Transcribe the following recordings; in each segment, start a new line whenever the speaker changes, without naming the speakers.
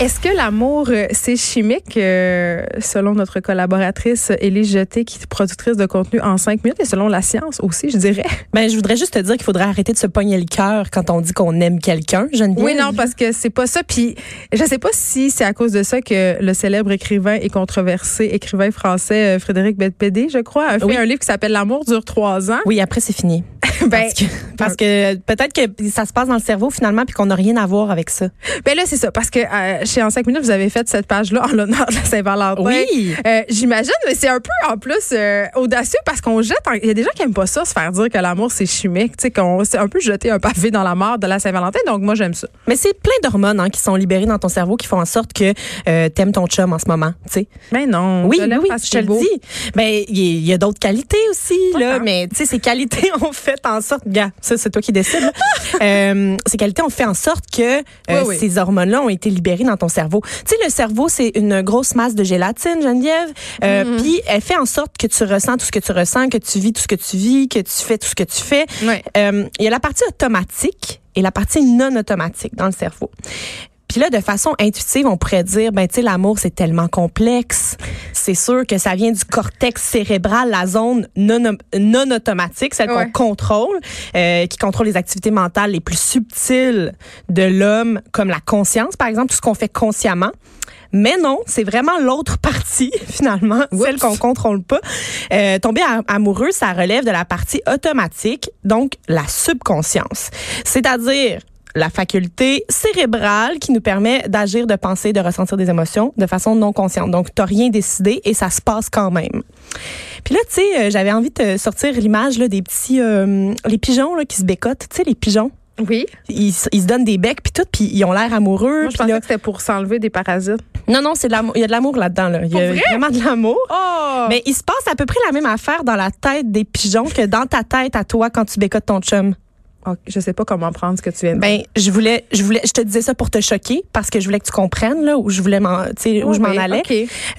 Est-ce que l'amour, euh, c'est chimique, euh, selon notre collaboratrice Élie Jeté, qui est productrice de contenu en cinq minutes, et selon la science aussi, je dirais?
Ben, je voudrais juste te dire qu'il faudrait arrêter de se pogner le cœur quand on dit qu'on aime quelqu'un, Geneviève.
Oui, non, parce que c'est pas ça. Puis, je sais pas si c'est à cause de ça que le célèbre écrivain et controversé écrivain français euh, Frédéric Bedpédé, je crois, a fait
Oui.
un livre qui s'appelle L'amour dure trois ans.
Oui, après, c'est fini.
Ben,
parce que, parce que peut-être que ça se passe dans le cerveau, finalement, puis qu'on n'a rien à voir avec ça.
Ben là, c'est ça, parce que euh, chez En 5 minutes, vous avez fait cette page-là en l'honneur de la Saint-Valentin.
Oui.
Euh, J'imagine, mais c'est un peu en plus euh, audacieux parce qu'on jette. en- Il y a des gens qui aiment pas ça, se faire dire que l'amour c'est chimique, tu sais, qu'on c'est un peu jeter un pavé dans la mort de la Saint-Valentin. Donc moi j'aime ça.
Mais c'est plein d'hormones hein, qui sont libérées dans ton cerveau qui font en sorte que euh, t'aimes ton chum en ce moment, tu sais.
Mais Ben non.
Oui,
je
oui,
l'aime
oui,
parce
je te
qu'il est
le
beau.
dis. Ben, il y- il y, a d'autres qualités aussi, là,
tant.
mais tu sais, ces qualités ont fait en sorte, gars, ça, c'est toi qui décides. là. Euh, ces qualités ont fait en sorte que euh,
oui.
ces hormones-là ont été libérées dans ton cerveau. Tu sais, le cerveau, c'est une grosse masse de gélatine, Geneviève, euh,
Mm-hmm.
puis elle fait en sorte que tu ressens tout ce que tu ressens, que tu vis tout ce que tu vis, que tu fais tout ce que tu fais.
Ouais.
Euh, il y a la partie automatique et la partie non automatique dans le cerveau. Puis là, de façon intuitive, on pourrait dire, ben tu sais, l'amour c'est tellement complexe. C'est sûr que ça vient du cortex cérébral, la zone non, non automatique, celle
Ouais.
qu'on contrôle, euh, qui contrôle les activités mentales les plus subtiles de l'homme, comme la conscience, par exemple, tout ce qu'on fait consciemment. Mais non, c'est vraiment l'autre partie, finalement, celle qu'on contrôle pas. Euh, tomber a- amoureux, ça relève de la partie automatique, donc la subconscience. C'est-à-dire la faculté cérébrale qui nous permet d'agir, de penser, de ressentir des émotions de façon non consciente. Donc, t'as rien décidé et ça se passe quand même. Puis là, tu sais, euh, j'avais envie de te sortir l'image là, des petits... euh, les pigeons là, qui se bécotent, tu sais, les pigeons.
Oui.
Ils, s- ils se donnent des becs, puis tout, puis ils ont l'air amoureux.
Moi, je
puis
pensais
là-
que c'était pour s'enlever des parasites.
non, non, c'est de l'amour. Il y a de l'amour là-dedans. Là. Il y
Pour
a
vrai?
vraiment de l'amour.
Oh.
Mais il se passe à peu près la même affaire dans la tête des pigeons que dans ta tête à toi quand tu bécotes ton chum.
Oh, je sais pas comment prendre ce que tu aimes.
Ben, je voulais, je voulais, je te disais ça pour te choquer parce que je voulais que tu comprennes là où je voulais, m'en- tu sais, où je m'en allais.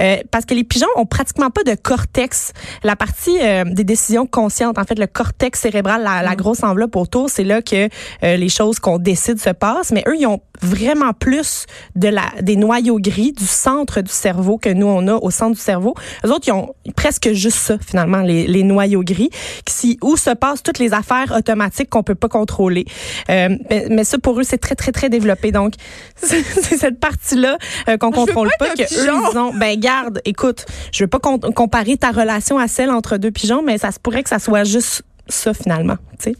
Euh, parce que les pigeons ont pratiquement pas de cortex. La partie euh, des décisions conscientes, en fait, le cortex cérébral, la,
Mm.
la grosse enveloppe autour, c'est là que euh, les choses qu'on décide se passent. Mais eux, ils ont vraiment plus de la des noyaux gris du centre du cerveau que nous on a au centre du cerveau. Les autres, ils ont presque juste ça finalement, les, les noyaux gris, qui, où se passent toutes les affaires automatiques qu'on peut pas contrôler. Euh, mais, mais ça pour eux, c'est très très très développé. Donc, c'est c'est cette partie là qu'on
Je veux
contrôle
pas
pas,
être
que
un
eux,
pigeon.
ils non, ben garde, écoute, je veux pas com- comparer ta relation à celle entre deux pigeons, mais ça se pourrait que ça soit juste ça finalement, tu sais.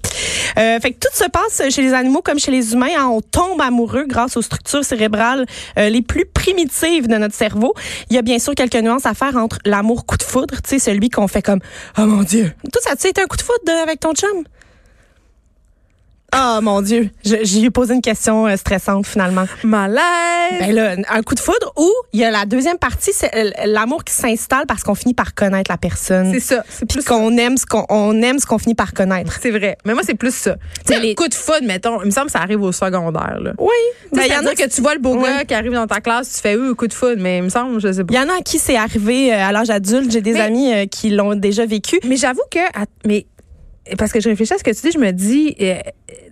Euh, fait que tout se passe chez les animaux comme chez les humains, hein. on tombe amoureux grâce aux structures cérébrales euh, les plus primitives de notre cerveau. Il y a bien sûr quelques nuances à faire entre l'amour coup de foudre, tu sais, celui qu'on fait comme oh mon dieu. Tout ça tu été un coup de foudre euh, avec ton chum Oh mon dieu, Je- j'y ai posé une question euh, stressante finalement.
Malaise.
Ben là, un coup de foudre ou il y a la deuxième partie, c'est euh, l'amour qui s'installe parce qu'on finit par connaître la personne.
c'est ça. C'est
Puis
plus
qu'on aime ce qu'on on aime ce qu'on finit par connaître.
C'est vrai. Mais moi, c'est plus ça. Tu sais,
Mais les-
un coup de foudre, mettons, il me semble que ça arrive au secondaire, là.
Oui.
Tu sais,
il y en a
c'est-à-dire que tu vois le beau
Ouais.
gars qui arrive dans ta classe, tu fais eux, coup de foudre, mais il me semble, je sais
il
pas.
y en a à qui c'est arrivé euh, à l'âge adulte. J'ai des
Mais-
amis euh, qui l'ont déjà vécu.
Mais j'avoue que. à- Mais parce que je réfléchis à ce que tu dis, je me dis. euh,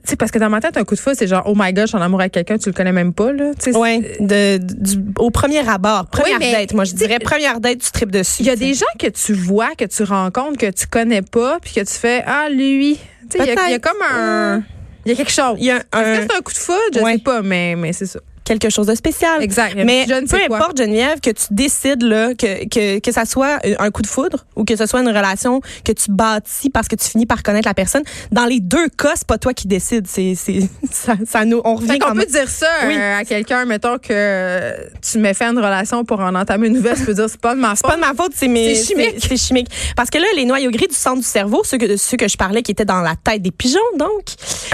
tu sais, parce que dans ma tête, un coup de foudre, c'est genre, oh my god, je suis en amour avec quelqu'un, tu le connais même pas, là. Tu sais,
Ouais, de, du- au premier abord, première
mais-
date, moi je dirais première date, tu tripes dessus.
Il y a
tu sais.
des gens que tu vois, que tu rencontres, que tu connais pas, puis que tu fais, ah, lui. Tu sais, il y a- il y, a
Peut-être.
comme un. Il y a quelque chose.
il y a un,
Est-ce que c'est un coup de foudre? Je
Ouais.
sais pas, mais, mais c'est ça.
quelque chose de spécial.
Exact. Mais
Mais
plus jeune,
peu
c'est quoi?
importe, Geneviève, que tu décides là, que, que, que ça soit un coup de foudre ou que ce soit une relation que tu bâtis parce que tu finis par connaître la personne, dans les deux cas, c'est pas toi qui décides. C'est, c'est, ça, ça nous, on revient
Fait qu'on
quand
peut
même.
dire ça
Oui.
euh, à quelqu'un, mettons que euh, tu mets fin à une relation pour en entamer une nouvelle, tu peux dire c'est pas de ma
C'est pas
faute.
de ma faute, c'est mes.
C'est chimique.
C'est, c'est chimique. Parce que là, les noyaux gris du centre du cerveau, ceux que, ceux que je parlais qui étaient dans la tête des pigeons, donc,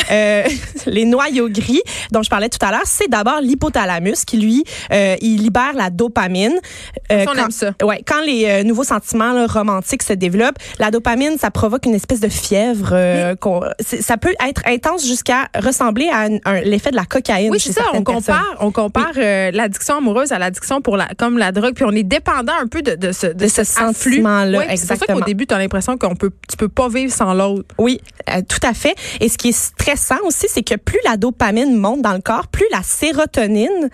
euh, les noyaux gris dont je parlais tout à l'heure, c'est d'abord l'hypothalamus. l'hypothalamus qui lui euh, il libère la dopamine. euh,
Ça, on
quand,
aime ça.
Ouais, quand les euh, nouveaux sentiments là, romantiques se développent, la dopamine ça provoque une espèce de fièvre. euh, qu'on- c'est- ça peut être intense jusqu'à ressembler à un- un- l'effet de la cocaïne.
Oui,
chez
c'est ça. On
certaines
compare,
personnes.
on compare euh, l'addiction amoureuse à l'addiction pour la, comme la drogue, puis on est dépendant un peu de, de ce, de
ce
cet afflux.
sentiment-là,
Ouais, puis C'est pour ça
exactement.
qu'au début, tu as l'impression qu'on peut, tu peux pas vivre sans l'autre.
Oui, euh, tout à fait. Et ce qui est stressant aussi, c'est que plus la dopamine monte dans le corps, plus la sérotonine,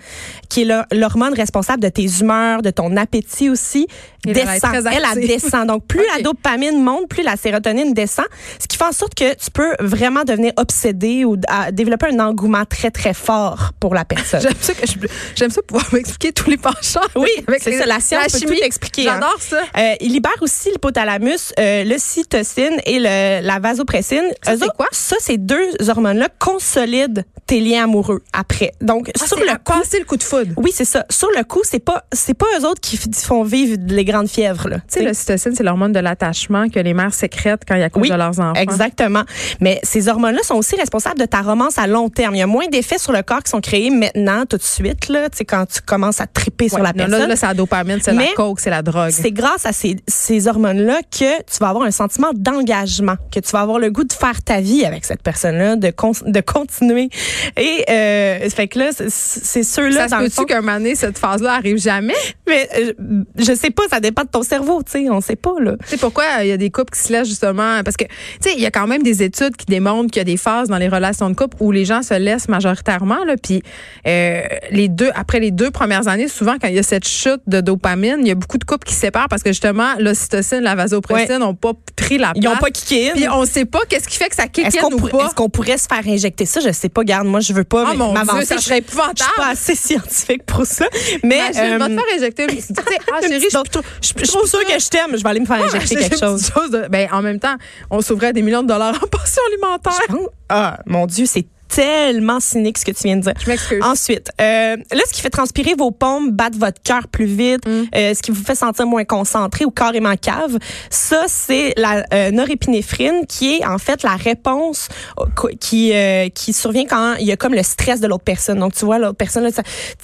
qui est l'hor- l'hormone responsable de tes humeurs, de ton appétit aussi,
Et là, elle est
descend.
très
Elle, elle
active.
descend. Donc, plus
Ok.
la dopamine monte, plus la sérotonine descend, ce qui fait en sorte que tu peux vraiment devenir obsédé ou d- à développer un engouement très, très fort pour la personne.
J'aime ça que je, j'aime ça pouvoir m'expliquer tous les penchants.
Oui,
avec
c'est
les-
ça, la science peut
chimie.
tout expliquer, hein.
J'adore ça.
Euh, il libère aussi l'hypothalamus, euh, le cytocine et le- la vasopressine.
Ça,
Eux
c'est
autres,
quoi?
Ça, ces deux hormones-là consolident tes liens amoureux après. Donc,
Ah,
sur
c'est
le
à passer le coup de foudre.
oui, c'est ça. Sur le coup, c'est pas c'est pas eux autres qui f- font vivre les grandes fièvres là.
Tu sais, le cytocine, c'est l'hormone de l'attachement que les mères sécrètent quand ils accouchent
Oui,
de leurs enfants.
Exactement. Mais ces hormones-là sont aussi responsables de ta romance à long terme. Il y a moins d'effets sur le corps qui sont créés maintenant, tout de suite, là, tu sais, quand tu commences à triper sur
Ouais.
la
Non, là,
personne.
Là, c'est la dopamine, c'est la
Mais-
coke, c'est la drogue.
C'est grâce à ces, ces hormones-là que tu vas avoir un sentiment d'engagement, que tu vas avoir le goût de faire ta vie avec cette personne-là, de, con- de continuer. Et euh, fait que là, c'est- c'est ceux-là
Ça se
dans le fond.
peut-tu qu'un moment donné, cette phase-là arrive jamais?
Mais euh, je sais pas, ça dépend de ton cerveau, tu sais, on sait pas là.
Tu sais pourquoi euh, il y a des couples qui se laissent justement parce que tu sais il y a quand même des études qui démontrent qu'il y a des phases dans les relations de couple où les gens se laissent majoritairement là puis euh, les deux après les deux premières années souvent quand il y a cette chute de dopamine il y a beaucoup de couples qui se séparent parce que justement l'ocytocine la vasopressine n'ont pas pris la place
Ils ont pas kické. in.
Ah. puis on sait pas qu'est-ce qui fait que ça kick
Est-ce
in
qu'on
ou
pour-
pas
est-ce qu'on pourrait se faire injecter ça Je sais pas, garde, moi je veux pas
oh mon dieu
m'avancer,
ça
je-
serait
Je suis pas
épouvantable
assez scientifique pour ça, mais
Imagine, va te
euh,
faire injecter une petite- tu sais, ah chérie je
donc, je je suis sûre que je t'aime, je vais aller me faire
Ah,
injecter quelque chose.
de- ben, en même temps, on s'ouvrait à des millions de dollars en pension alimentaire.
Je pense- Ah, mon Dieu, c'est tellement cynique ce que tu viens de dire.
Je m'excuse.
Ensuite, euh, là, ce qui fait transpirer vos pompes, battre votre cœur plus vite,
Mm.
euh, ce qui vous fait sentir moins concentré ou carrément cave, ça, c'est la euh, norépinéphrine qui est en fait la réponse au- co- qui euh, qui survient quand il y a comme le stress de l'autre personne. Donc, tu vois, l'autre personne, là, ça-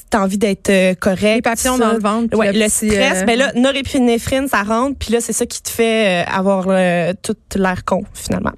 t'as envie d'être euh, correct.
Les papillons
tout ça.
dans le ventre, puis
Ouais,
le
le
petit,
stress,
euh,
ben là, norépinéphrine, ça rentre, puis là, c'est ça qui te fait euh, avoir euh, toute l'air con, finalement.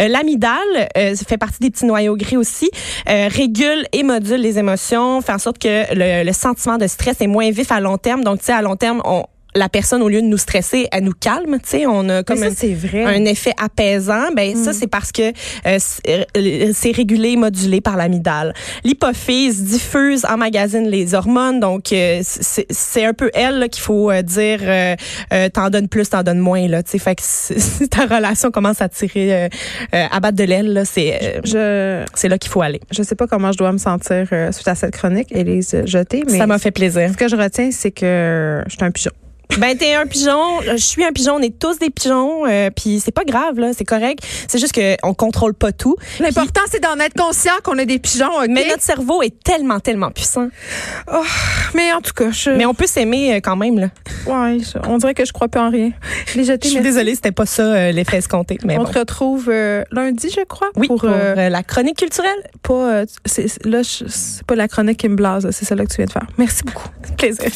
Euh, L'amidale, euh, ça fait partie des petits noyaux gris aussi, euh, régule et module les émotions, fait en sorte que le, le sentiment de stress est moins vif à long terme. Donc, tu sais, à long terme, on la personne, au lieu de nous stresser, elle nous calme, tu sais, on a comme
ça,
un-
c'est vrai.
un effet apaisant, ben ça c'est parce que euh, c'est euh, c'est régulé et modulé par l'amidale. L'hypophyse diffuse, emmagasine les hormones, donc euh, c'est c'est un peu elle là, qu'il faut euh, dire euh, euh, t'en donnes plus, t'en donnes moins là, tu sais fait que si si ta relation commence à tirer euh, euh, à battre de l'aile là, c'est euh,
Je
c'est là qu'il faut aller.
je sais pas comment je dois me sentir euh, suite à cette chronique, Élise Jeté, mais
Ça m'a fait plaisir.
ce que je retiens, c'est que je suis un pigeon.
Ben t'es un pigeon, je suis un pigeon, on est tous des pigeons, euh, puis c'est pas grave là, c'est correct. C'est juste que on contrôle pas tout.
L'important, c'est d'en être conscient qu'on est des pigeons, OK?
Mais notre cerveau est tellement, tellement puissant.
Mais en tout cas, je,
Mais on peut s'aimer euh, quand même. Là.
ouais, je- on dirait que je crois plus en rien. Les
Je
jetés,
suis
merci.
désolée, c'était pas ça euh, l'effet escompté. Mais
On
bon.
te retrouve euh, lundi, je crois,
Oui,
pour,
pour,
euh,
euh, la chronique culturelle.
pas, euh, c'est- c'est- là, je- c'est pas la chronique qui me blase, là, c'est celle-là que tu viens de faire. Merci beaucoup.
Plaisir.